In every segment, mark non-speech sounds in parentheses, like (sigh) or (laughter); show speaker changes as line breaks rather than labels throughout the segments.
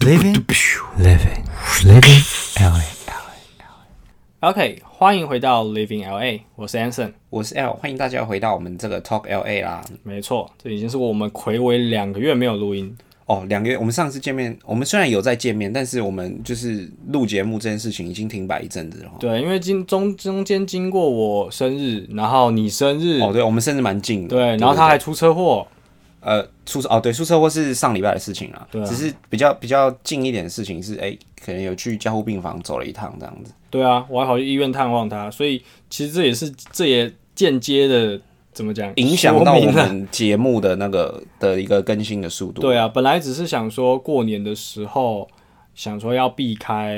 Living Living Living LA。
OK，欢迎回到 Living LA，我是 Anson。
我是 L，欢迎大家回到我们这个 Talk LA 啦。
没错，这已经是我们暌违两个月没有录音。
哦，两个月，我们上次见面，我们虽然有在见面，但是我们就是录节目这件事情已经停摆一阵子了哦。
对，因为经中中间经过我生日，然后你生日，
哦，对，我们甚至蛮近的。
对，然后他还出车祸，
呃出哦对出车祸是上礼拜的事情啦，
对啊
只是比较比较近一点的事情是哎、可能有去加护病房走了一趟这样子。
对啊，我还跑去医院探望他，所以其实这也是这也间接的怎么讲
影响
说
到我
明了
们节目的那个的一个更新的速度。
对啊，本来只是想说过年的时候想说要避开，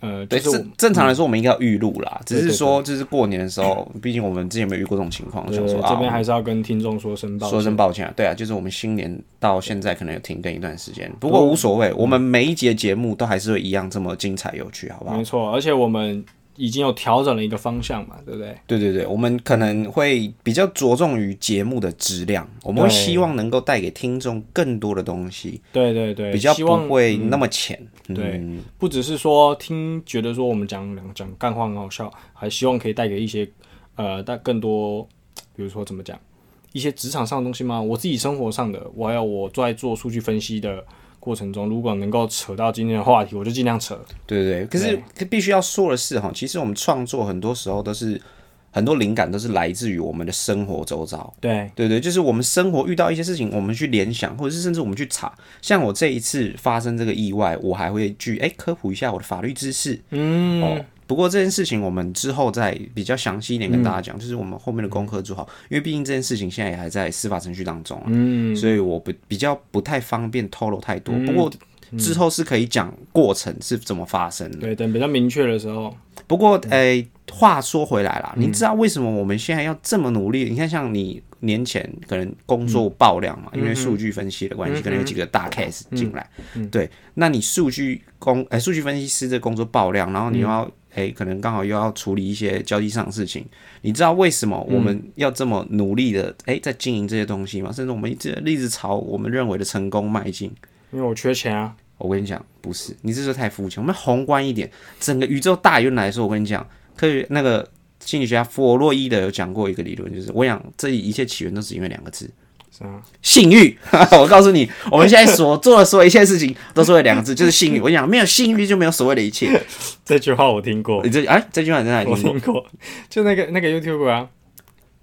呃，就
对，
是我
正正常来说我们应该要预录啦，
对
只是说就是过年的时候，毕竟我们之前没有遇过这种情况，
对
想说
这
啊，
边还是要跟听众说声抱
说
歉
声。抱歉啊，对啊，就是我们新年到现在可能有停更一段时间，不过无所
嗯
谓，我们每一节节目都还是会一样这么精彩有趣，好不好
没？错，而且我们已经有调整了一个方向嘛，对不对？
对对对，我们可能会比较着重于节目的质量，我们会
对
希望能够带给听众更多的东西，
对对对，
比较
希望嗯
不会那么浅。
对
嗯，
不只是说听觉得说我们讲两讲干话很好笑，还希望可以带给一些呃带更多，比如说怎么讲一些职场上的东西吗？我自己生活上的，我还有我在做数据分析的过程中，如果能够扯到今天的话题，我就尽量扯。
对对对。可是可必须要说的是哈，其实我们创作很多时候都是很多灵感都是来自于我们的生活周遭。
对
对对，就是我们生活遇到一些事情，我们去联想，或者是甚至我们去查。像我这一次发生这个意外，我还会去哎科普一下我的法律知识。嗯，哦，不过这件事情我们之后再比较详细一点跟大家讲，就是我们后面的功课做好，因为毕竟这件事情现在也还在司法程序当中啊，嗯，所以我不比较不太方便透露太多。不过之后是可以讲过程是怎么发生的。
对，等比较明确的时候，
不过，诶、话说回来啦，你知道为什么我们现在要这么努力？你看，像你年前可能工作爆量嘛，因为数据分析的关系，可能有几个大 case 进来。对，那你数据工，诶、数据分析师的工作爆量，然后你又要，诶、可能刚好又要处理一些交际上的事情。你知道为什么我们要这么努力的，诶、在经营这些东西吗？甚至我们一直一直朝我们认为的成功迈进。
因为我缺钱啊。
我跟你讲，不是，你这是太肤浅。我们宏观一点，整个宇宙大运来说，我跟你讲，科学那个心理学家弗洛伊德有讲过一个理论，就是我想这一切起源都是因为两个字
是啊，
性欲。 (laughs) 我告诉你，我们现在所做的所有一切事情，都是为了两个字，就是性欲。我想没有性欲就没有所谓的一切。
这句话我听过
你，这哎，这句话你在哪 (laughs) 里
我
听过？
听过，就那个那个 YouTube 啊，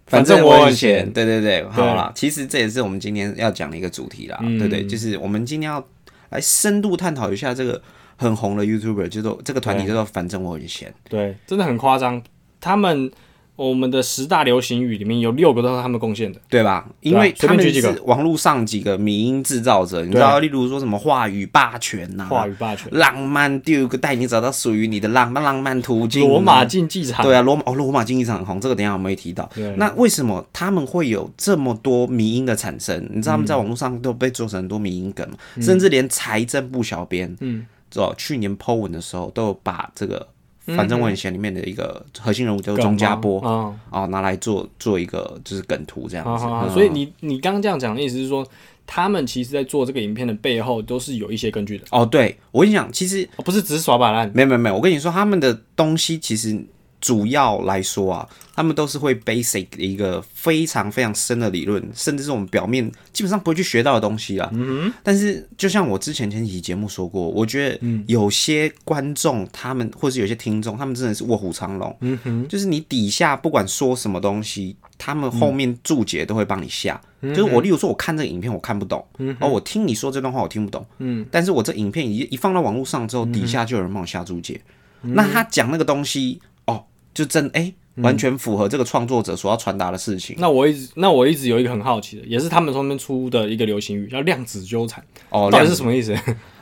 反正
我
我
很
很闲
闲。
对对对，好啦，其实这也是我们今天要讲的一个主题啦，
嗯
对对，就是我们今天要来深度探讨一下这个很红的 YouTuber，叫做这个团体叫做反正我很闲。
对，真的很夸张。他们我们的十大流行语里面有六个都是他们贡献的。
对吧？因
对啊
为
随
他
便
们
举几个
是网络上几个迷音制造者，你知
对啊
道，例如说什么话语霸权呐、啊
话语霸权，
浪漫 Duke 带你找到属于你的浪漫浪漫途径啊，
罗马竞技场，
对啊，罗马哦，罗马竞技场很红，这个等一下我们会提到
对。
那为什么他们会有这么多迷音的产生？你知道
嗯
他们在网络上都被做成很多迷音梗嘛，甚至连财政部小编，嗯，哦，去年 Po 文的时候都有把这个。反正我很闲里面的一个核心人物叫
梗吗
钟家波
嗯
哦，拿来做做一个就是梗图这样
好
子
好。好，
嗯
啊所以你你刚刚这样讲的意思是说，他们其实在做这个影片的背后都是有一些根据的，
哦，对我跟你讲，其实
哦不是只是耍把烂。
没有没有没有，我跟你说，他们的东西其实主要来说啊，他们都是会 basic 的一个非常非常深的理论，甚至是我们表面基本上不会去学到的东西啦。嗯但是就像我之前前几期节目说过，我觉得有些观众他们，或是有些听众，他们真的是卧虎藏龙。嗯哼，就是你底下不管说什么东西，他们后面注解都会帮你下。就是我，例如说，我看这个影片我看不懂，哦，我听你说这段话我听不懂，嗯，但是我这影片一一放到网络上之后，底下就有人帮我下注解，那他讲那个东西，哦，就真哎、完全符合这个创作者所要传达的事情，
那我一直那我一直有一个很好奇的，也是他们从那边出的一个流行语，叫量子纠缠，
哦，
到
量
底是什么意思？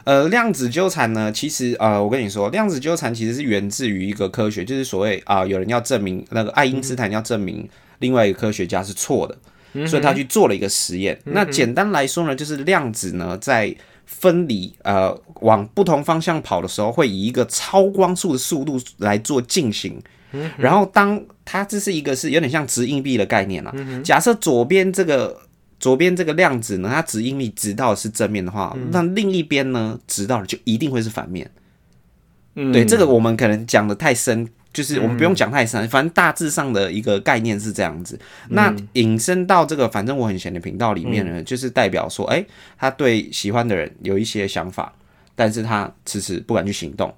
呃，量子纠缠呢，其实呃，我跟你说，量子纠缠其实是源自于一个科学，就是所谓啊、有人要证明那个爱因斯坦要证明另外一个科学家是错的，所以他去做了一个实验。那简单来说呢，就是量子呢在分离呃往不同方向跑的时候，会以一个超光速的速度来做进行。然啊后当它这是一个是有点像掷硬币的概念啦、假设左边这个左边这个量子呢，它指引力指到的是正面的话，那另一边呢，指到的就一定会是反面。
嗯，
对，这个我们可能讲的太深，就是我们不用讲太深，反正大致上的一个概念是这样子。那引申到这个，反正我很闲的频道里面呢，就是代表说，哎、他对喜欢的人有一些想法，但是他迟迟不敢去行动。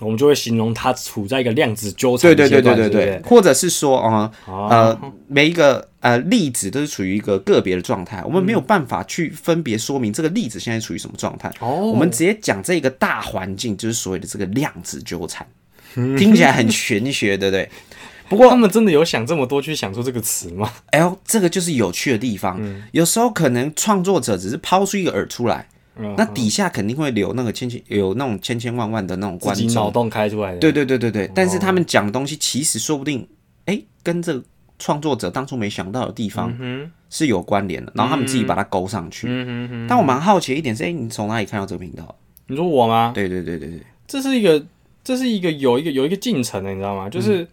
我们就会形容它处在一个量子纠缠
对
的
对
阶
对对
段，
对
对
对，
不
或者是说啊、
对，
呃
啊，
呃，每一个呃例子都是处于一个个别的状态，我们没有办法去分别说明这个例子现在处于什么状态。
哦
我们直接讲这个大环境，就是所谓的这个量子纠缠，
嗯
听起来很玄学，对不
(laughs)
对？
不过他们真的有想这么多去想出这个词吗？
哎呦，这个就是有趣的地方。有时候可能创作者只是抛出一个饵出来，
嗯
那底下肯定会留那个千千有那种千千万万的那种观
自己脑哦
众。
洞开出来的，
对对对对对，但是他们讲的东西其实说不定，哎、跟这个创作者当初没想到的地
嗯
方是有关联的，然后他们自己把它勾上去。
嗯
但我蛮好奇的一点是，哎、你从哪里看到这个频道？
你说我吗？
对对对对对，
这是一个，这是一个有一个有一个进程的，你知道吗？就是、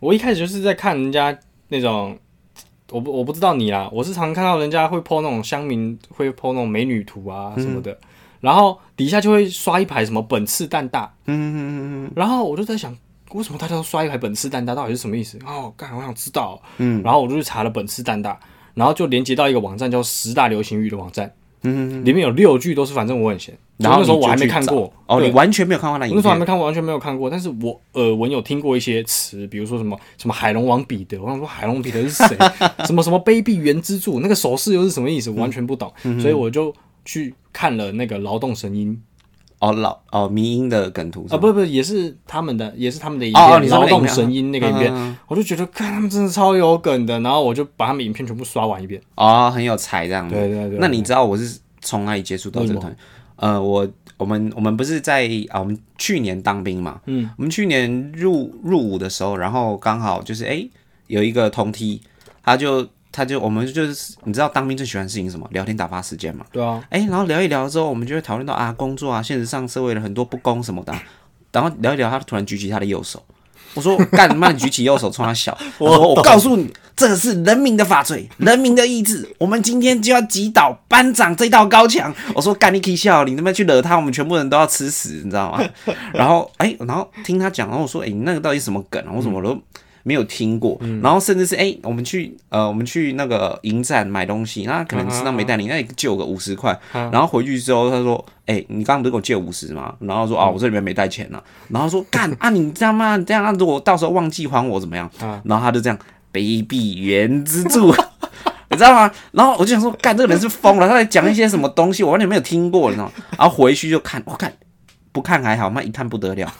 我一开始就是在看人家那种，我不我不知道你啦，我是常看到人家会 po 那种乡民会 po 那种美女图啊什么的，然后底下就会刷一排什么本次蛋大，嗯嗯嗯嗯，然后我就在想。为什么大家都刷一排本次蛋大？到底是什么意思？哦，干，我想知道。嗯，然后我就去查了本次蛋大，然后就连接到一个网站叫十大流行语的网站，嗯，里面有六句都是反正我很闲，
然后
那时候
你就
我还没
去
看
找
过
哦，
对
你完全没有看过那
我
影
那时候还
片
没看过，完全没有看过，但是我耳闻有听过一些词，比如说什么什么海龙王彼得，我想说海龙彼得是
(laughs)
谁？什么什么卑鄙原之助，那个手势又是什么意思？我完全不懂，
嗯
所以我就去看了那个劳动神鹰
哦老哦迷音的梗图是
啊，
吗
不不，也是他们的，也是他们的影
哦哦
片，
你说
劳
那个影
动
片
神鹰那个影片，
嗯
我就觉得看他们真的超有梗的，然后我就把他们影片全部刷完一遍。
哦，很有才这样子。
对对对
那你知道我是从哪里接触到这个团？呃，我我们我们不是在啊，我们去年当兵嘛，嗯，我们去年入入伍的时候，然后刚好就是哎、诶有一个同梯，他就他就我们就是你知道当兵最喜欢的事情是什么？聊天打发时间嘛。
对
(laughs)
啊，
哎、然后聊一聊之后，我们就会讨论到啊工作啊，现实上社会的很多不公什么的啊、然后聊一聊，他突然举起他的右手。我说：“干你妈！你举起右手冲他笑。”我说：“我告诉你，这是人民的法锤，人民的意志。我们今天就要击倒班长这道高墙。”我说：“干你可以笑，你他妈去惹他，我们全部人都要吃屎，你知道吗？”然后，哎、然后听他讲，然后我说：“哎、你那个到底什么梗啊？我怎么都没有听过？”然后甚至是哎、我们去呃，我们去那个营站买东西，那可能身上没带零，那你借我个五十块，然后回去之后，他说：“哎、你刚刚不是给我借五十吗？”然后说：“啊，我这里面没带钱呢、然后说：“干啊，你他妈这样，啊如果到时候忘记还我怎么样？”然后他就这样卑鄙原之助， (laughs) 你知道吗？然后我就想说：“干，这个人是疯了，他在讲一些什么东西，我完全没有听过，你知道吗？”然后回去就看，我、看不看还好，妈一看不得了。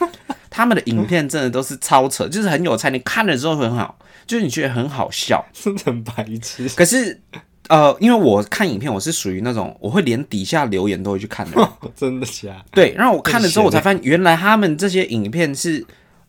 他们的影片真的都是超扯，就是很有才，你看了之后很好，就是你觉得很好笑，
真的很白痴。
可是，呃，因为我看影片，我是属于那种我会连底下留言都会去看
(laughs)
的人。
(laughs) 真的假？
对，然后我看了之后，我才发现原来他们这些影片是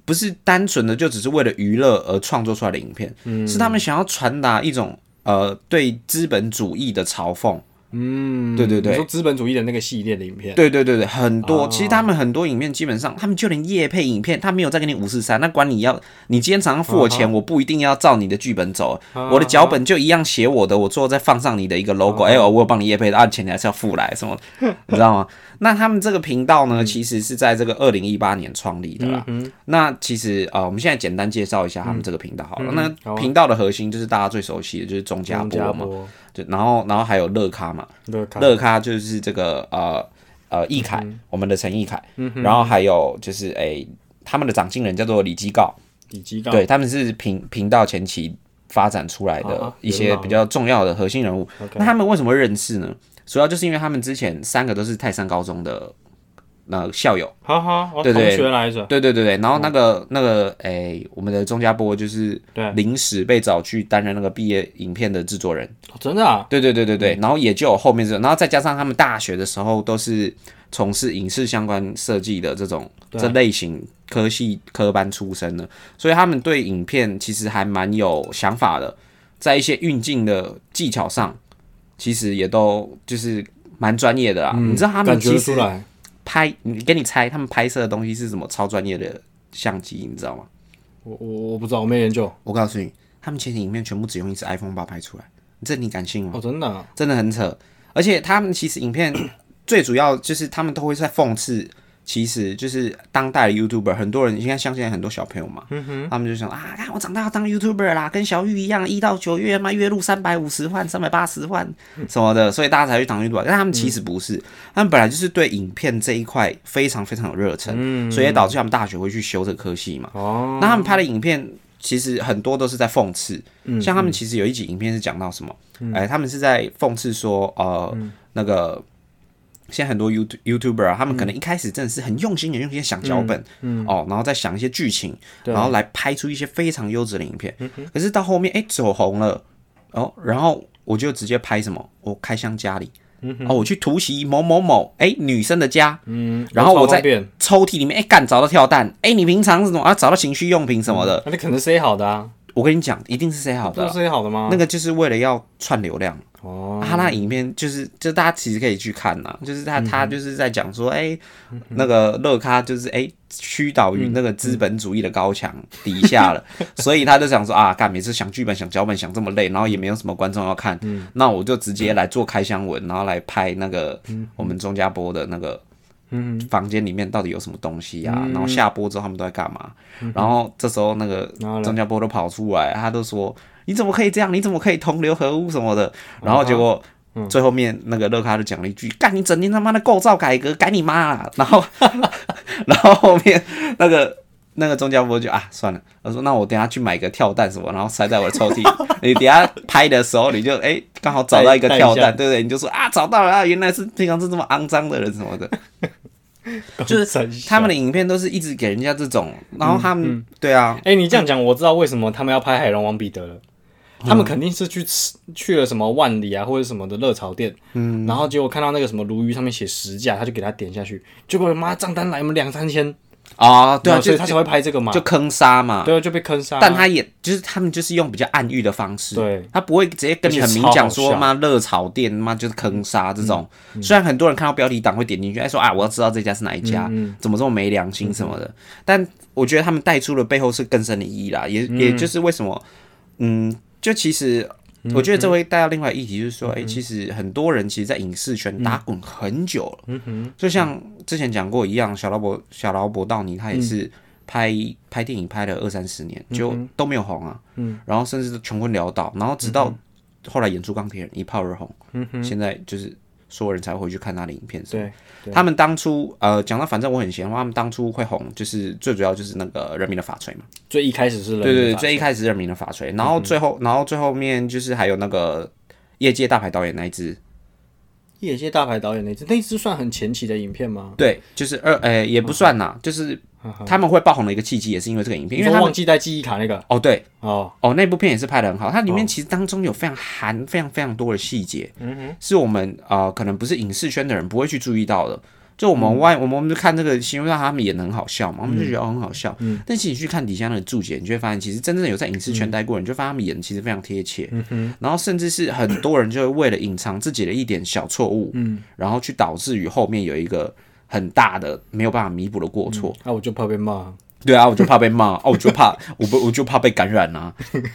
不是单纯的就只是为了娱乐而创作出来的影片？
嗯
是他们想要传达一种呃对资本主义的嘲讽。嗯，对对
你
对
说，资本主义的那个系列的影片，
对对对对，很多。其实他们很多影片，基本上他们就连夜配影片，他没有再给你五四三，那管你要，你今天早上付我钱，我不一定要照你的剧本走，我的脚本就一样写我的，我最后再放上你的一个 logo，哎、我有帮你夜配的，啊，钱你还是要付来什么，你知道吗？那他们这个频道呢，其实是在这个二零一八年创立的啦。那其实呃，我们现在简单介绍一下他们这个频道好了。
好
那频道的核心就是大家最熟悉的，就是钟家
张
波
家
嘛，
波、
对，然后然后还有乐咖嘛。
乐卡、
乐咖就是这个呃呃易
嗯
凯，我们的陈易凯，然后还有就是诶、他们的掌镜人叫做李基告，
李基高，
对，他们是频频道前期发展出来
啊
的
哈
一
元
些
老
比较重要的核心人物。
OK
那他们为什么会认识呢？主要就是因为他们之前三个都是泰山高中的呃校友，
哈哈，我
对
同
对
学来着，
对对对对，然
哦
后那个、那个诶、我们的钟家波就是
对
临时被找去担任那个毕业影片的制作人。
哦真的啊，
对对对对对，然后也就有后面这，然后再加上他们大学的时候都是从事影视相关设计的这种
啊
这类型科系科班出身的，所以他们对影片其实还蛮有想法的，在一些运镜的技巧上，其实也都就是蛮专业的啦。你知道他们
嗯感觉
其
得
实
出来，
拍，你给你猜，他们拍摄的东西是什么超专业的相机，你知道吗？
我我我不知道，我没研究。
我告诉你，他们前期影片全部只用一只 iPhone 八拍出来，这你敢信吗？
哦，真的啊、
真的很扯。而且他们其实影片 (coughs) 最主要就是他们都会在讽刺，其实就是当代的 YouTuber，很多人现在像现在很多小朋友嘛，他们就想啊，看我长大要当 YouTuber 啦，跟小玉一样，一到九月嘛，月入三百五十万、三百八十万什么的，所以大家才去当 YouTuber。但他们其实不是，他们本来就是对影片这一块非常非常有热忱，所以也导致他们大学会去修这个科系嘛。
哦，
那他们拍的影片其实很多都是在讽刺，像他们其实有一集影片是讲到什么，哎、他们是在讽刺说，呃，那个现在很多 You YouTuber 啊，他们可能一开始真的是很用心、很用心地想脚本，哦，然后再想一些剧情，然后来拍出一些非常优质的影片，可是到后面哎、走红了，哦，然后我就直接拍什么，我开箱家里。哦，我去突袭某某某哎、女生的家，嗯，然后我
再
再
变，
抽屉里面，哎、干找到跳蛋，哎、你平常是怎么啊找到情绪用品什么的？
那、你可能塞好的啊，
我跟你讲，一定是塞好
不
的
是
啦，
塞好的吗？
啊那个就是为了要串流量。
哦，
他那影片就是，就大家其实可以去看呐、就是他他就是在讲说，哎、那个乐咖就是哎虚倒于那个资本主义的高墙底下了，所以他就想说啊，干每次想剧本、想脚本、想这么累，然后也没有什么观众要看，那我就直接来做开箱文，然后来拍那个我们钟家波的那个。
嗯
房间里面到底有什么东西啊？然后下播之后他们都在干嘛？然后这时候那个
嗯然后嘞
钟家波都跑出来，他都说：“你怎么可以这样？你怎么可以同流合污什么的？”
啊
然后结果
嗯
最后面那个乐咖就讲了一句：“干你整天他妈的构造改革，改你妈啊！”然后， (laughs) 然后后面那个那个钟家波就啊算了，他说：“那我等一下去买个跳蛋什么，然后塞在我的抽
(laughs)
屉。你等一下拍的时候，你就哎刚、好找到一个
带带一
跳
下
蛋，对不对？你就说啊找到了啊，原来是平常是这么肮脏的人什么的。” (laughs) 就是他们的
啊
影片都是一直给人家这种，然后他们、对啊，
哎、你这样讲，我知道为什么他们要拍《海龙王彼得》了。
嗯
他们肯定是去吃去了什么万里啊，或者什么的热炒店，嗯，然后结果看到那个什么鲈鱼上面写实价，他就给他点下去，结果妈账单来我们两三千，
啊、对
然后
啊，
哦所
就
以他才会拍这个嘛，
就坑杀嘛。
对啊，就被坑杀啊。
但他也就是他们就是用比较暗喻的方式，
对
他不会直接跟你很明讲
而且超好
说
笑嗯
妈热炒店妈就是坑杀这种。虽然很多人看到标题党会点进去，哎说啊我要知道这家是哪一家，
嗯
怎么这么没良心什么的。但我觉得他们带出了背后是更深的意义啦，也也就是为什么，嗯，就其实。
嗯
我觉得这会带到另外一个议题，就是说，哎、其实很多人其实，在影
嗯
视圈打滚很久了，就像之前讲过一样，小劳勃小劳勃道尼他也是拍、拍电影拍了二三十年，就都没有红啊，嗯，然后甚至都穷困潦倒，然后直到后来演出钢铁人一炮而红，嗯哼，现在就是所有人才会回去看他的影片，
对，
他们当初呃讲到反正我很闲话，他们当初会红，就是最主要就是那个人民的法锤嘛，
最一开始是人
对对对，
吧
最一开始是人民的嗯法锤，然后最后、然后最后面就是还有那个业界大牌导演那一支，
业界大牌导演那支，那支算很前期的影片吗？
对，就是二，呃、也不算啦，就是他们会爆红的一个契机，也是因为这个影
嗯
片，
你
因为
说
他们
忘记带记忆卡那个
哦，对，
哦，
哦，那部片也是拍的很好，它里面其实当中有非常含非常非常多的细节，是我们呃可能不是影视圈的人不会去注意到的。就我们外、我们我们就看这个，因为他们演的很好笑嘛，我们就觉得哦很好笑。但其实你去看底下那个注解，你就会发现，其实真正有在影视圈待过的人，你就发现他们演的其实非常贴切。然后甚至是很多人就会为了隐藏自己的一点小错误，然后去导致于后面有一个很大的没有办法弥补的过错。
那、我就怕被骂。
对啊，我就怕被骂，哦，我就怕，我不，我就怕被感染啊，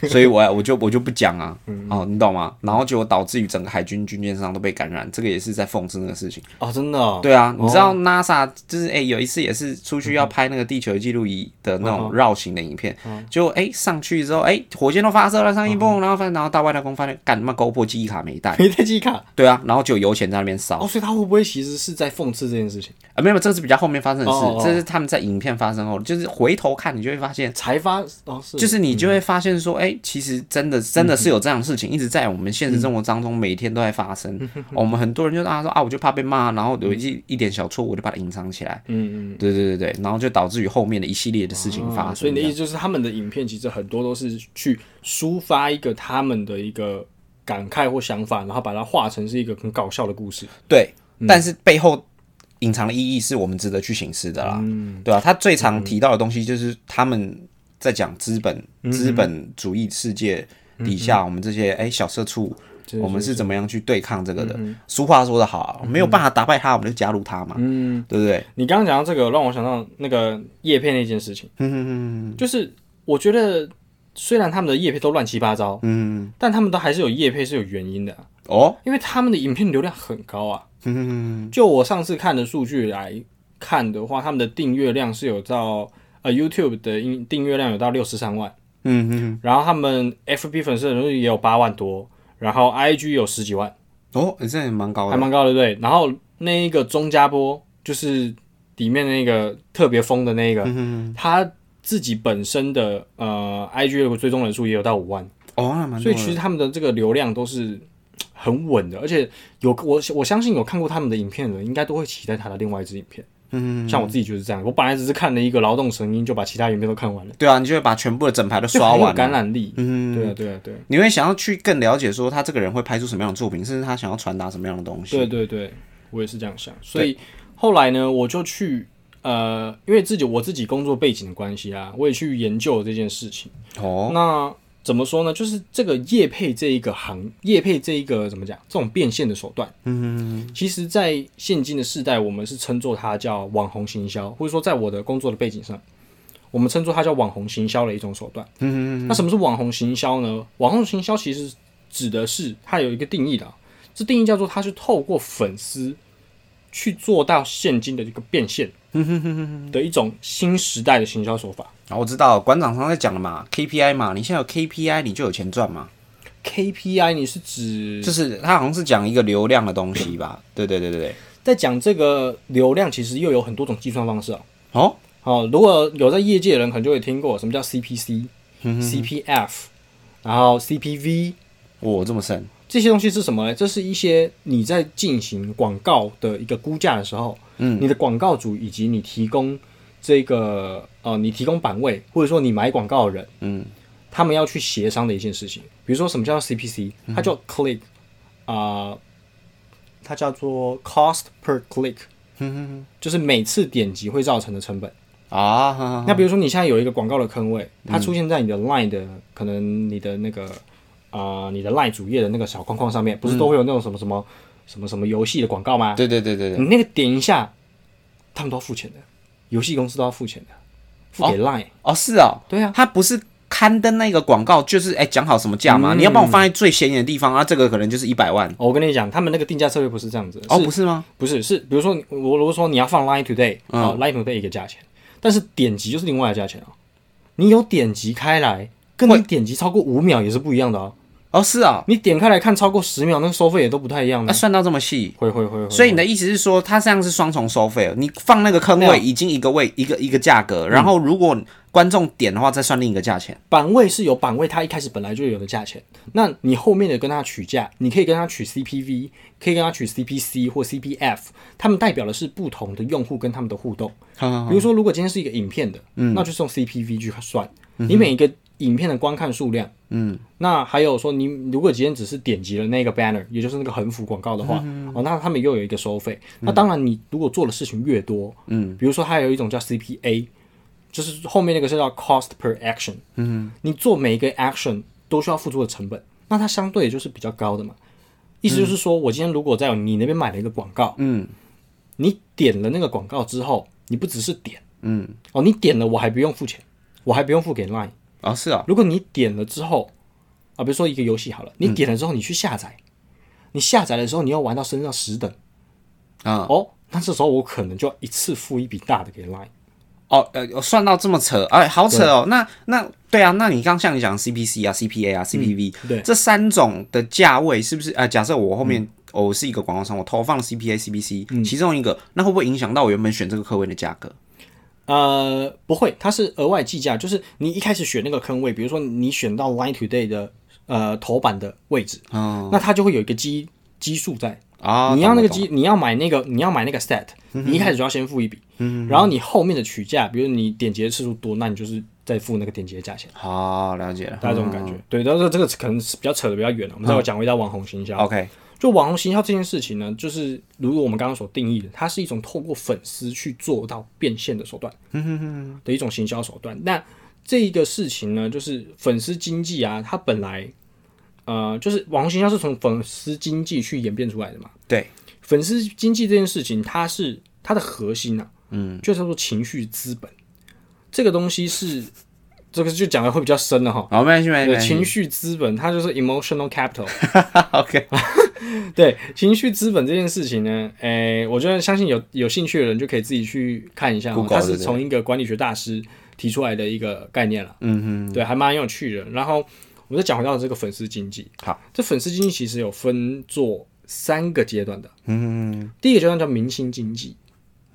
所以我我就我就不讲啊，
嗯
哦，你懂吗？然后结果导致于整个海军军舰上都被感染，这个也是在讽刺那个事情。
哦，真的、哦，嗯
对啊，你知道 NASA 就是哎、有一次也是出去要拍那个地球记录仪的那种绕行的影片，就哎、上去之后哎、火箭都发射了，上一
嗯
蹦，然后发现然后到外太空发现干他妈 GoPro 记忆卡没带，
没带记忆卡。
对啊，然后就有油钱在那边烧
哦，，所以他会不会其实是在讽刺这件事情？
啊没有，这是比较后面发生的事，
哦哦哦
这是他们在影片发生后，就是回头看你就会发现。
才发哦，是
就是你就会发现说，哎、其实真的真的是
嗯
有这样的事情，一直在我们现实生活当中每天都在发生。
嗯
(laughs) 我们很多人就啊说啊，我就怕被骂，然后有一一点小错误我就把它隐藏起来。嗯嗯，对对对对，然后就导致于后面的一系列的事情发
啊，所以
生。
你的意思就是，他们的影片其实很多都是去抒发一个他们的一个感慨或想法，然后把它化成是一个很搞笑的故事。
对，
嗯
但是背后隐藏的意义是我们值得去醒思的啦，
嗯
对吧、啊他最常提到的东西就是他们在讲资本、
嗯
资本主义世界底下，我们这些哎、小社畜。我们是怎么样去对抗这个
嗯
的？俗话说得好啊，没有办法打败他，我们就加入他
嗯
嘛，对不对？
你刚刚讲
嗯
到这个，让我想到那个叶片那件事情，就是我觉得虽然他们的业配都乱七八糟，嗯，但他们都还是有业配是有原因的，啊
哦，
因为他们的影片流量很高啊。
嗯，
就我上次看的数据来看的话，他们的订阅量是有到呃 YouTube 的订订阅量有到六十三万，
嗯嗯，
然后他们 FB 粉丝人数也有八万多，然后 IG 有十几万，
哦，欸这样也蛮高
还
的，
蛮高的对不对。然后那一个钟家波就是里面那个特别疯的
嗯
那一个，他自己本身的呃 IG 的追踪人数也有到五万。
哦，那蛮
所
多
以其实
的，
他们的这个流量都是很稳的，而且有我我相信有看过他们的影片的人，应该都会期待他的另外一支影片。
嗯，
像我自己就是这样，我本来只是看了一个《劳动神鹰》，就把其他影片都看完了，
对啊，你就会把全部的整排都
就
刷
很有
完，
感染力。
嗯，
对啊，对啊，对啊，
你会想要去更了解说他这个人会拍出什么样的作品，甚至他想要传达什么样的东西。
对对对，我也是这样想。所以后来呢，我就去呃，因为自己我自己工作背景的关系啊，我也去研究这件事情。
哦，
那怎么说呢？就是这个业配这一个行，业配这一个怎么讲？这种变现的手段，嗯，其实，在现今的世代，我们是称作它叫网红行销，或者说在我的工作的背景上，我们称作它叫网红行销的一种手段。嗯那什么是网红行销呢？网红行销其实指的是它有一个定义的啊，这定义叫做它是透过粉丝去做到现金的一个变现的一种新时代的行销手法。
然后我知道馆长常在讲的嘛，KPI 嘛，你现在有 KPI，你就有钱赚嘛。
KPI 你是指
就是他好像是讲一个流量的东西吧？对对对对对。
在讲这个流量，其实又有很多种计算方式啊。
哦，
好、如果有在业界的人，可能就会听过什么叫 CPC、CPF，然后 CPV
我这么深，
这些东西是什么呢？这是一些你在进行广告的一个估价的时候，嗯，你的广告主以及你提供这个呃，你提供版位或者说你买广告的人，
嗯，
他们要去协商的一件事情。比如说什么叫 CPC，它
嗯
叫 click 啊、它叫做 cost per click，就是
嗯
每次点击会造成的成本。
啊，哈哈
那比如说你现在有一个广告的坑位，
嗯
它出现在你的 Line 的、可能你的那个啊、呃你的 Line 主页的那个小框框上面，不是都会有那种什么什么、什么什么游戏的广告吗？
嗯对对对对对，
你那个点一下，他们都要付钱的，游戏公司都要付钱的，付给 Line。
哦是哦，
对啊，
他不是刊登那个广告，就是哎讲好什么价嘛，你要帮我放在最显眼的地方啊，这个可能就是一百万，
哦我跟你讲，他们那个定价策略不是这样子的，
哦
是
不是吗？
不是，是比如说你我如果说你要放 Line Today，啊、l
嗯
i n e Today 一个价钱，但是点击就是另外的价钱哦。你有点击开来，跟你点击超过五秒也是不一样的哦。
哦是哦，
你点开来看超过十秒，那个收费也都不太一样
那
的。
算到这么细。
会会会会，
啊所以你的意思是说，它这样是双重收费哦，你放那个坑
没
位
有
已经一个位一个一个价格，然后如果观众点的话，再算另一个价钱。
版位是有版位，它一开始本来就有的价钱。那你后面的跟它取价，你可以跟它取 CPV，可以跟它取 CPC 或 CPF，它们代表的是不同的用户跟他们的互动。比如说，如果今天是一个影片的，那就是用 CPV 去算，你每一个影片的观看数量，嗯，那还有说你如果今天只是点击了那个 banner，也就是那个横幅广告的话，哦，那他们又有一个收费。那当然，你如果做的事情越多，嗯，比如说它有一种叫 CPA，就是后面那个是叫 cost per action，嗯，你做每一个 action 都需要付出的成本，那它相对也就是比较高的嘛。意思就是说，我今天如果在你那边买了一个广告，
嗯，
你点了那个广告之后，你不只是点，嗯，哦，你点了我还不用付钱，我还不用付给 Line。
哦是哦，
如果你点了之后，啊，比如说一个游戏好了，你点了之后你去下载，你下载的时候你要玩到升到十等，
啊、
哦，那这时候我可能就要一次付一笔大的给 Line。
哦，呃，算到这么扯，哎，好扯哦。那那对啊，那你刚像你讲 CPC 啊、CPA 啊、CPV，、
嗯对嗯
这三种的价位是不是？呃，假设我后面、哦我是一个广告商，我投放了 CPA、CPC、其中一个，那会不会影响到我原本选这个客位的价格？
呃，不会，它是额外计价，就是你一开始选那个坑位，比如说你选到 Line Today 的呃头版的位置，
哦
那它就会有一个基基数在。
啊，
你要那个
懂了嗯
基，你要买那个，你要买那个 set，你一开始就要先付一笔，然后你后面的取价，比如你点击的次数多，那你就是再付那个点击的价钱，
懂好了解了，
大家这种
哦
感觉。对，但是这个可能是比较扯的比较远了，我们
嗯
再讲回到网红行销。
OK，
就网红行销这件事情呢，就是如果我们刚刚所定义的，它是一种透过粉丝去做到变现的手段，的一种行销手段。那这一个事情呢，就是粉丝经济啊，它本来呃，就是网红行销是从粉丝经济去演变出来的嘛。
对，
粉丝经济这件事情，它是它的核心啊，嗯，就叫做情绪资本。这个东西是这个就讲的会比较深了哈。
好，没关系，没
对，
关系，
情绪资本它就是 emotional capital。
OK，
对，情绪资本这件事情呢，诶、我觉得相信有有兴趣的人就可以自己去看一下、哦，
Google
它
对
是
不对
从一个管理学大师提出来的一个概念了。嗯哼，对，还蛮有趣的。然后我们再讲回到这个粉丝经济，
好，
这粉丝经济其实有分做三个阶段的，
嗯，
第一个阶段叫明星经济。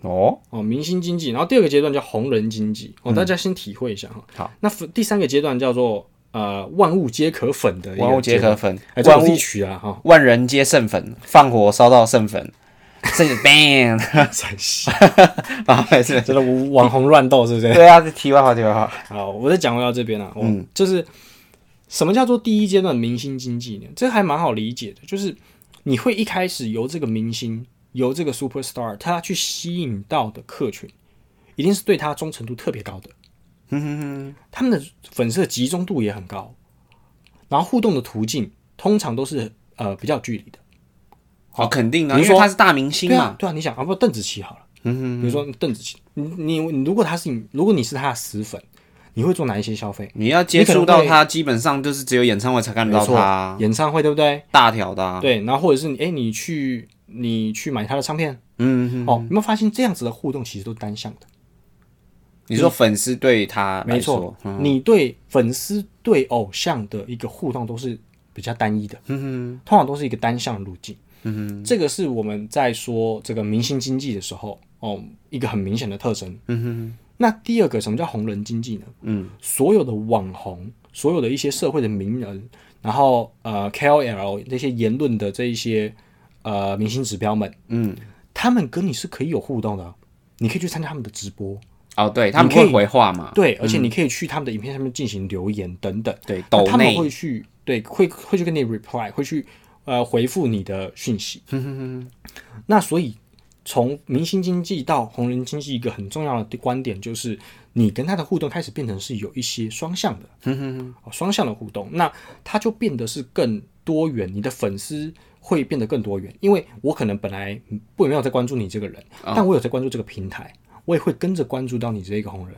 哦，
(laughs) 哦，明星经济，然后第二个阶段叫红人经济，哦，大家先体会一下哈。
嗯好，
那粉第三个阶段叫做呃万物皆可粉的一个
万物皆
阶段
可，粉，
哎，这我
万
自己
物
取啊
(laughs)
哈，
万人皆剩粉，放火烧到剩粉， (laughs) 剩 bang
陕西，
啊，没事，
真 (laughs) 的网红乱斗是不是？
对啊，这题外话，题外话，
好，我再讲回到这边啊，我、就是什么叫做第一阶段明星经济呢？这还蛮好理解的，就是你会一开始由这个明星，由这个 super star，他去吸引到的客群，一定是对他忠诚度特别高的，他们的粉丝的集中度也很高，然后互动的途径通常都是呃比较有距离的，
好，肯定啊，
比如
因
说
为他是大明星
对啊
嘛，，
对啊，你想啊，不邓紫棋好了，嗯比如说邓紫棋，你你你如果他是你，如果你是他的死粉，你会做哪一些消费？
你要接触到他，基本上就是只有演唱会才看得
没
到
错，
他啊，
演唱会对不对？
大条的啊，
对，然后或者是你，哎，你去你去买他的唱片，
嗯，
哦，有没有发现这样子的互动其实都单向的？
你说粉丝对他来
没
说
错，，你对粉丝对偶像的一个互动都是比较单一的，嗯哼，通常都是一个单向路径，嗯哼，这个是我们在说这个明星经济的时候，哦，一个很明显的特征，嗯哼。那第二个，什么叫红人经济呢？嗯，所有的网红，所有的一些社会的名人，然后呃 KOL 那些言论的这一些呃明星指标们，
嗯，
他们跟你是可以有互动的啊，你可以去参加他们的直播，
哦，对他们
你可以
会回话嘛，
对，而且你可以去他们的影片上面进行留言等等。
嗯对
那
抖
他们
内
会去对会会去跟你 reply，会去呃回复你的讯
(laughs)
息。那所以从明星经济到红人经济，一个很重要的观点就是，你跟他的互动开始变成是有一些双向的，哦双向的互动，那它就变得是更多元，你的粉丝。会变得更多元，因为我可能本来不没有在关注你这个人，
哦
但我有在关注这个平台，我也会跟着关注到你这个红人。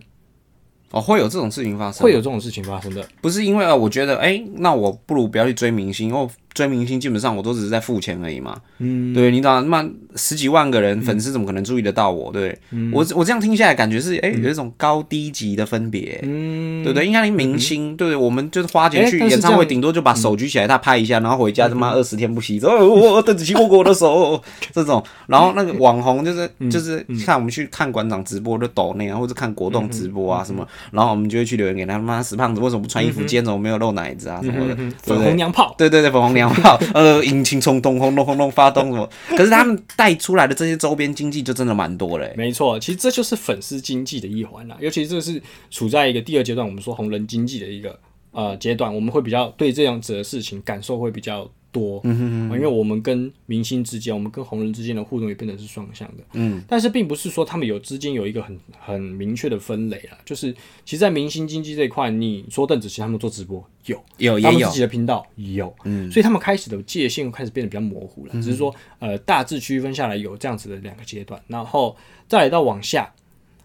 哦，会有这种事情发生，
会有这种事情发生的。
不是因为呃，我觉得哎、那我不如不要去追明星，因为追明星基本上我都只是在付钱而已嘛。嗯，对，你知道，那十几万个
嗯
人粉丝怎么可能注意得到我？对不对，我我这样听下来感觉是
嗯
哎、有一种高低级的分别、嗯，对不对？应该你明星，对不对？我们就是花
嗯
钱
哎
去
但是
演唱
这
会，
样
顶多就把手
嗯
举起来，他拍一下，然后回家他妈二十天不洗，说哦我邓紫棋握过我的手哦 (laughs) 这种。然后那个网红就是
嗯
就是看我们去看馆长直播就抖那样，或者看国栋直播
嗯
啊什么，然后我们就会去留言给他妈死胖子为什么不穿衣服，今天怎么没有露奶子啊什么的，对
嗯粉
不
红
对？
娘炮，
对对对，粉红娘炮， (laughs) 呃，引擎冲动，轰隆轰隆发动什么？可是他们带出来的这些周边经济就真的欸蛮多嘞、
没错，其实这就是粉丝经济的一环啦。尤其这是处在一个第二阶段，我们说红人经济的一个呃阶段，我们会比较对这样子的事情感受会比较多，嗯因为我们跟明星之间，我们跟红人之间的互动也变得是双向的，嗯，但是并不是说他们有之间有一个很很明确的分类啦，就是其实，在明星经济这一块，你说邓紫棋他们做直播有，
有
他
也
们
有
自己，的频道有，嗯，所以他们开始的界限开始变得比较模糊了，只是说呃大致区分下来有这样子的两个阶段，然后再来到往下，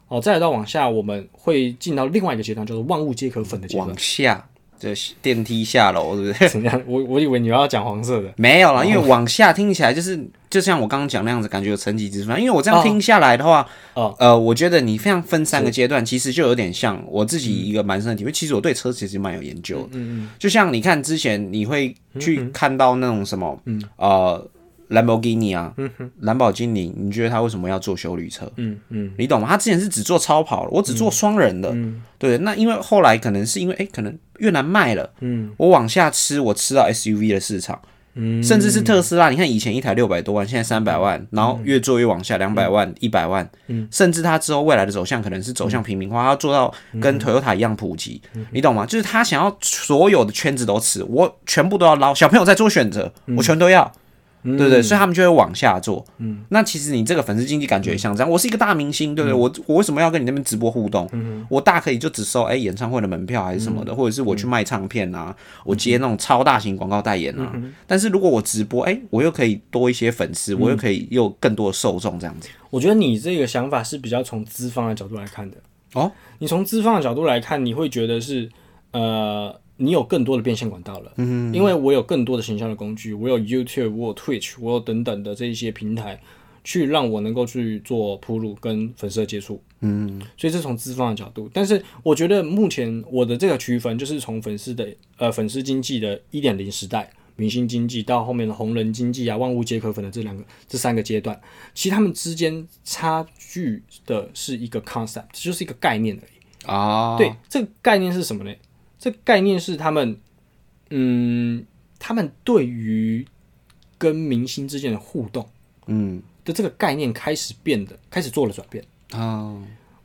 哦，再来到往下，我们会进到另外一个阶段，就是万物皆可粉的阶段
往。下这电梯下楼，对不
(laughs)
对？
怎么样？我我以为你要讲黄色的，
没有啦，因为往下听起来就是，就像我刚刚讲那样子，感觉有层级之分。啊因为我这样听下来的话，
哦
呃，我觉得你非常分三个阶段，其实就有点像我自己一个蛮深的体会。其实我对车其实蛮有研究的，嗯嗯嗯就像你看之前你会去看到那种什么，嗯、呃。兰博基尼啊，兰博基尼，你觉得他为什么要做修旅车？
嗯嗯，
你懂吗？他之前是只做超跑的，我只做双人的，对。那因为后来可能是因为哎、诶可能越南卖了，嗯，我往下吃，我吃到 SUV 的市场，嗯，甚至是特斯拉。你看以前一台六百多万，现在三百万，然后越做越往下，两百万、一百万，嗯，甚至它之后未来的走向可能是走向平民化，它要做到跟 Toyota 一样普及，你懂吗？就是他想要所有的圈子都吃，我全部都要捞。小朋友在做选择，我全都要。对不对？所以他们就会往下做。嗯，那其实你这个粉丝经济感觉也像这样，我是一个大明星，对不对？我我为什么要跟你那边直播互动？我大可以就只收哎演唱会的门票还是什么的，或者是我去卖唱片啊，我接那种超大型广告代言啊。但是如果我直播，哎，我又可以多一些粉丝，我又可以有更多的受众这样子。
我觉得你这个想法是比较从资方的角度来看的，
哦，
你从资方的角度来看，你会觉得是呃，你有更多的变现管道了，嗯，因为我有更多的行销的工具，我有 YouTube，我有 Twitch，我有等等的这一些平台，去让我能够去做铺路跟粉丝的接触，嗯，所以这是从资方的角度，但是我觉得目前我的这个区分就是从粉丝的呃粉丝经济的一点零时代。明星经济到后面的红人经济啊，万物皆可粉的这两个、这三个阶段，其实他们之间差距的是一个 concept，就是一个概念而已。
啊，
对，，这个概念是什么呢？这个概念是他们，嗯，他们对于跟明星之间的互动
嗯，
的这个概念开始变得，开始做了转变。
啊，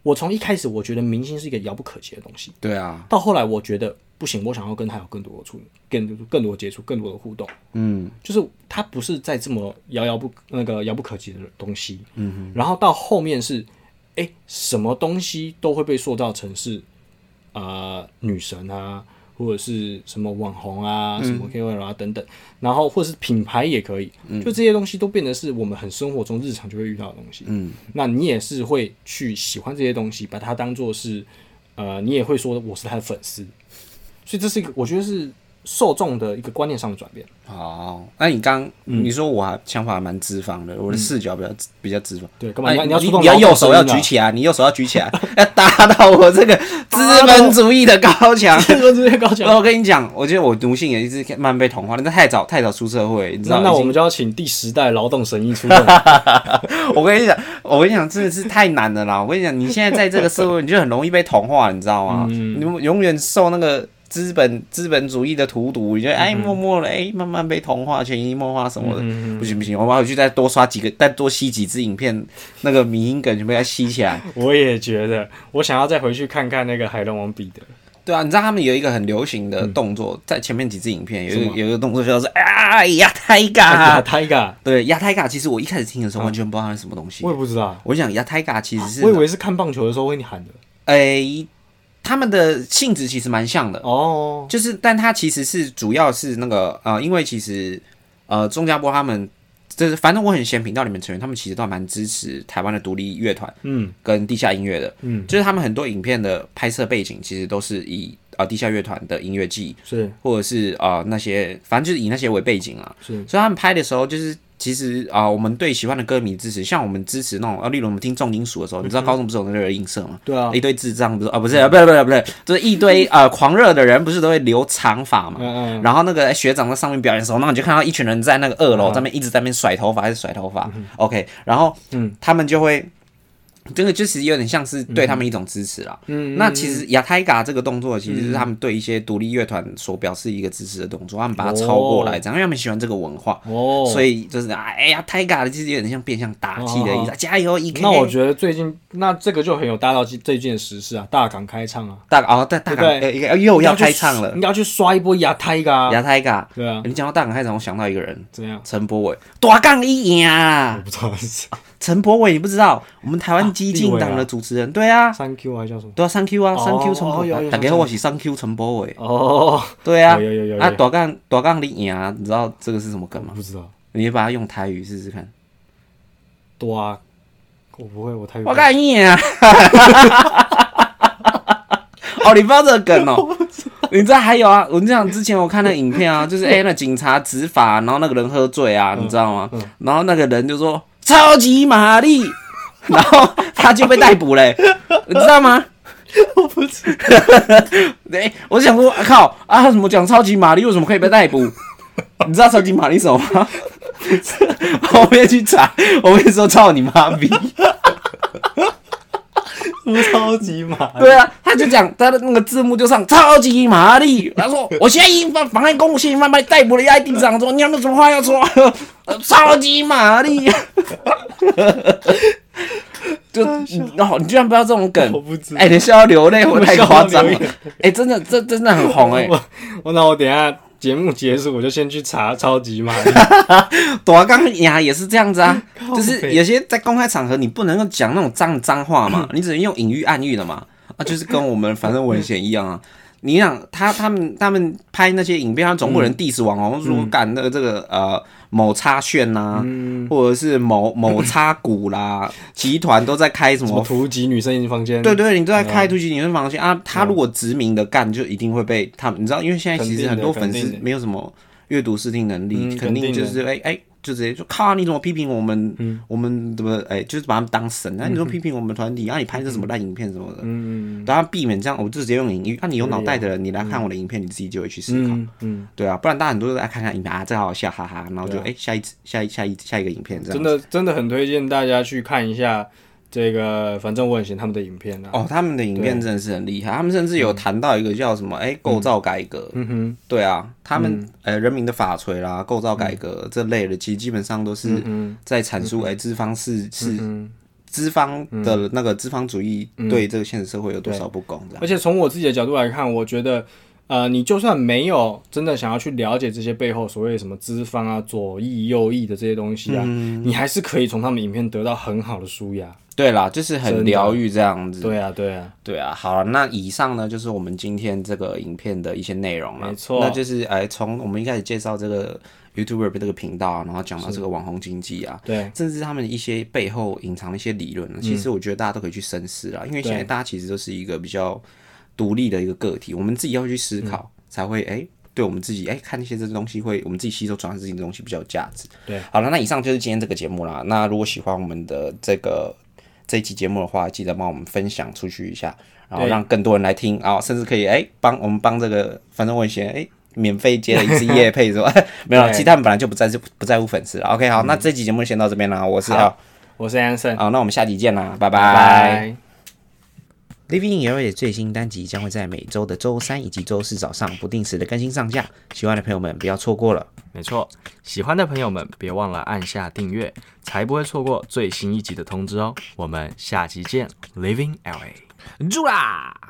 我从一开始我觉得明星是一个遥不可及的东西，
对啊，
到后来我觉得不行，我想要跟他有更多的触，更更多的接触，更多的互动。
嗯，
就是他不是在这么遥遥不那个遥不可及的东西，嗯，然后到后面是，哎、什么东西都会被塑造成是，呃，女神啊，或者是什么网红啊，什么 KOL 啊等等，然后或是品牌也可以，就这些东西都变得是我们很生活中日常就会遇到的东西，嗯，那你也是会去喜欢这些东西，把它当做是，呃，你也会说我是他的粉丝，所以这是一个我觉得是受众的一个观念上的转变。
好，那你刚
嗯
你说我还想法还蛮脂肪的，我的视角比较比较脂肪。
对干嘛
哎
你要你要
你
触动
你要
脑
右
袋
手要
声音啊
举起来，你右手要举起来， (laughs) 要打到我这个资本主义的高墙。
这个直接高
然后我跟你讲，我觉得我奴性也一直慢慢被同化，但是太早太早出社会，你知道
那
吗？
那
已
我
经
们就要请第十代劳动神医出 (laughs) 来。
(laughs) 我跟你讲，我跟你讲，真的是太难了啦！我跟你讲，你现在在这个社会，你就很容易被同化，你知道吗？
嗯
你永远受那个资本资本主义的荼毒，你就
嗯
哎默默的哎慢慢被同化、潜移默化什么的。
嗯
不行不行，我要回去再多刷几个，再多吸几支影片，那个迷因梗全部要吸
(laughs)
起来。
我也觉得，我想要再回去看看那个海龙王彼得。
对啊，你知道他们有一个很流行的动作，在前面几支影片有
嗯什
一
么
个有一个动作叫做啊亚太
啊，
嘎。
他一个，
对亚太嘎，其实我一开始听的时候完全不知道它是什么东西
嗯我。也不知道，
我想亚太嘎其实是
我以为是啊看棒球的时候会喊的。
诶、他们的性质其实蛮像的，
哦，
就是，但它其实是主要是那个呃，因为其实呃，钟家波他们就是，反正我很嫌频道里面成员，他们其实都还蛮支持台湾的独立乐团
嗯
跟地下音乐的，
嗯，
就是他们很多影片的拍摄背景其实都是以呃地下乐团的音乐季，
是
或者是呃那些，反正就是以那些为背景啊，
是，
所以他们拍的时候，就是其实啊、我们对喜欢的歌迷支持，像我们支持那种啊，例如我们听重金属的时候，你知道高中不是有那个映射吗？
对啊
一堆智障不是啊，不是，不是，不是，不是，就是一堆呃狂热的人，不是都会留长发嘛？
嗯嗯，
然后那个哎学长在上面表演的时候，那你就看到一群人在那个二楼上面一直在那边甩头发，还是甩头发。OK，然后
嗯
他们就会。这个就其实有点像是对他们一种支持啦。
嗯
那其实亚太嘎这个动作，其实是他们对一些独立乐团所表示一个支持的动作，他们把它抄过来，这样，因为他们喜欢这个文化，
哦，
所
以
以就是啊哎呀，太嘎了，其实有点像变相打气的意思，
哦
加油，E K。
那我觉得最近那这个就很有搭到这件时事啊，大港开唱啊，
大哦，大大港
对不对
呃一个又要开唱了
你，哦要去刷一波牙胎噶。
亚太嘎。
对啊，
你讲到大港开唱，我想到一个人，
怎样？
陈柏伟，大港一赢
我
啊！
不知道是谁
陈柏伟，你不知道，我们台湾激进党的主持人，对啊，
三 Q 还是叫什么？
对啊，三 Q 啊，
哦
三 Q 陈柏
哦有
伟，
有
大家
有
好我是三 Q 陈柏伟，
哦，
对啊
有，有有有
啊，
有，
大港大港你赢啊，你知道这个是什么梗吗？
不知道
你把它用台语试试看，
多啊，我不会，我太
我干你啊！哦，你不知道这个梗哦？ (laughs) 你知道还有啊？我这样之前我看那影片啊，就是哎、那警察执法，然后那个人喝醉啊，你知道吗？
嗯
然后那个人就说超级玛丽， (laughs) 然后他就被逮捕嘞、你知道吗？
我不知道。
(laughs) 哎、我想说，啊、靠啊，他怎么讲超级玛丽为什么可以被逮捕？你知道超级玛丽什么吗？ (laughs) 我没有去查，我跟你说，操你妈逼！
超级马，
对啊，他就讲他的那个字幕就上超级玛丽，他说我现在因妨妨碍公务性犯被逮捕了，压在地上说你有没有什么话要说？超级玛丽，就哦，你居然不知道这种
我
梗。
不知道。
哎、你是要流泪，我太夸张
我笑
了
到流。
哎、真的，这真的很红哎、
我那我等一下节目结束，我就先去查超级马里。
朵刚呀也是这样
(laughs)
子啊，就是
北
有些在公开场合你不能够
(laughs)
讲那种脏脏话嘛，你只能用隐喻暗喻的嘛，啊，就是跟我们反正文贤一样啊。你想他他们他们拍那些影片，他总不能 diss 网
嗯
红、说干那个这个呃某叉炫呐、
嗯
或者是某某叉
(laughs)
股啦集团都在开什
什么
么。
图集女生房间，
对对，你都在开突击，你会放心啊！他如果直名的干，就一定会被他们，你知道，因为现在其
肯定
实
的
很多粉
肯
丝
定的
没有什么阅读视听能力，
嗯
肯定
肯定
就
的
是哎哎、就直接就靠、你怎么批评我们，我们怎么哎、就是把他们当神，那、你说批评我们团体，然、啊、后你拍这什么烂影片什么的，
嗯，嗯
然后避免这样，我就直接用隐喻。那、你有脑袋的人，你来看我的影片，你自己就会去思考。
嗯嗯，
对啊，不然大家很多人来看看影片啊，这好好笑，哈哈，然后就
对
哎、
啊
诶下一次下一下一下一个影片这样。
真的真的很推荐大家去看一下这个，反正我很喜欢他们的影片啊。
哦，他们的影片真的是很厉害，他们甚至有谈到一个叫什么哎、诶构造改革。
嗯哼，嗯
对啊，他们、呃人民的法锤啦、构造改革、这类的，其实基本上都
嗯
是在阐述哎、诶资方是是。资方
嗯
的那个资方主义对这个现实社会有多少不公？这样
而且从我自己的角度来看，我觉得，呃，你就算没有真的想要去了解这些背后所谓什么资方啊、左翼、右翼的这些东西啊，你还是可以从他们影片得到很好的舒压。
对啦，就是
真
很
的
疗愈这样子。
对啊，对啊，
对啊，好了，那以上呢就是我们今天这个影片的一些内容了。
没错
那就是哎，从我们一开始介绍这个 YouTuber 这个频道啊，然后讲到这个网红经济啊，
对，嗯
甚至他们一些背后隐藏的一些理论呢，其实我觉得大家都可以去深思啦，因为现在大家其实都是一个比较独立的一个个体，我们自己要去思
嗯
考，才会哎。对我们自己哎，看一些这东西会，我们自己吸收转化自己的东西比较有价值。
对，
好了，那以上就是今天这个节目啦。那如果喜欢我们的这个这一期节目的话，记得帮我们分享出去一下，然后
对
让更多人来听啊、甚至可以哎帮我们帮这个，反正我以前哎免费接了一次夜
(laughs)
配是吧？没有啦，
对嗯
其实他们本来就不在不在乎粉丝了。OK，好，那这期节目先到这边啦，我是
好
好，
我是 Anson，
好，那我们下期见啦，拜拜。
拜。
Living in LA 的最新单集将会在每周的周三以及周四早上不定时的更新上架，喜欢的朋友们不要错过了。
没错，喜欢的朋友们别忘了按下订阅，才不会错过最新一集的通知哦。我们下期见，Living LA，住啦！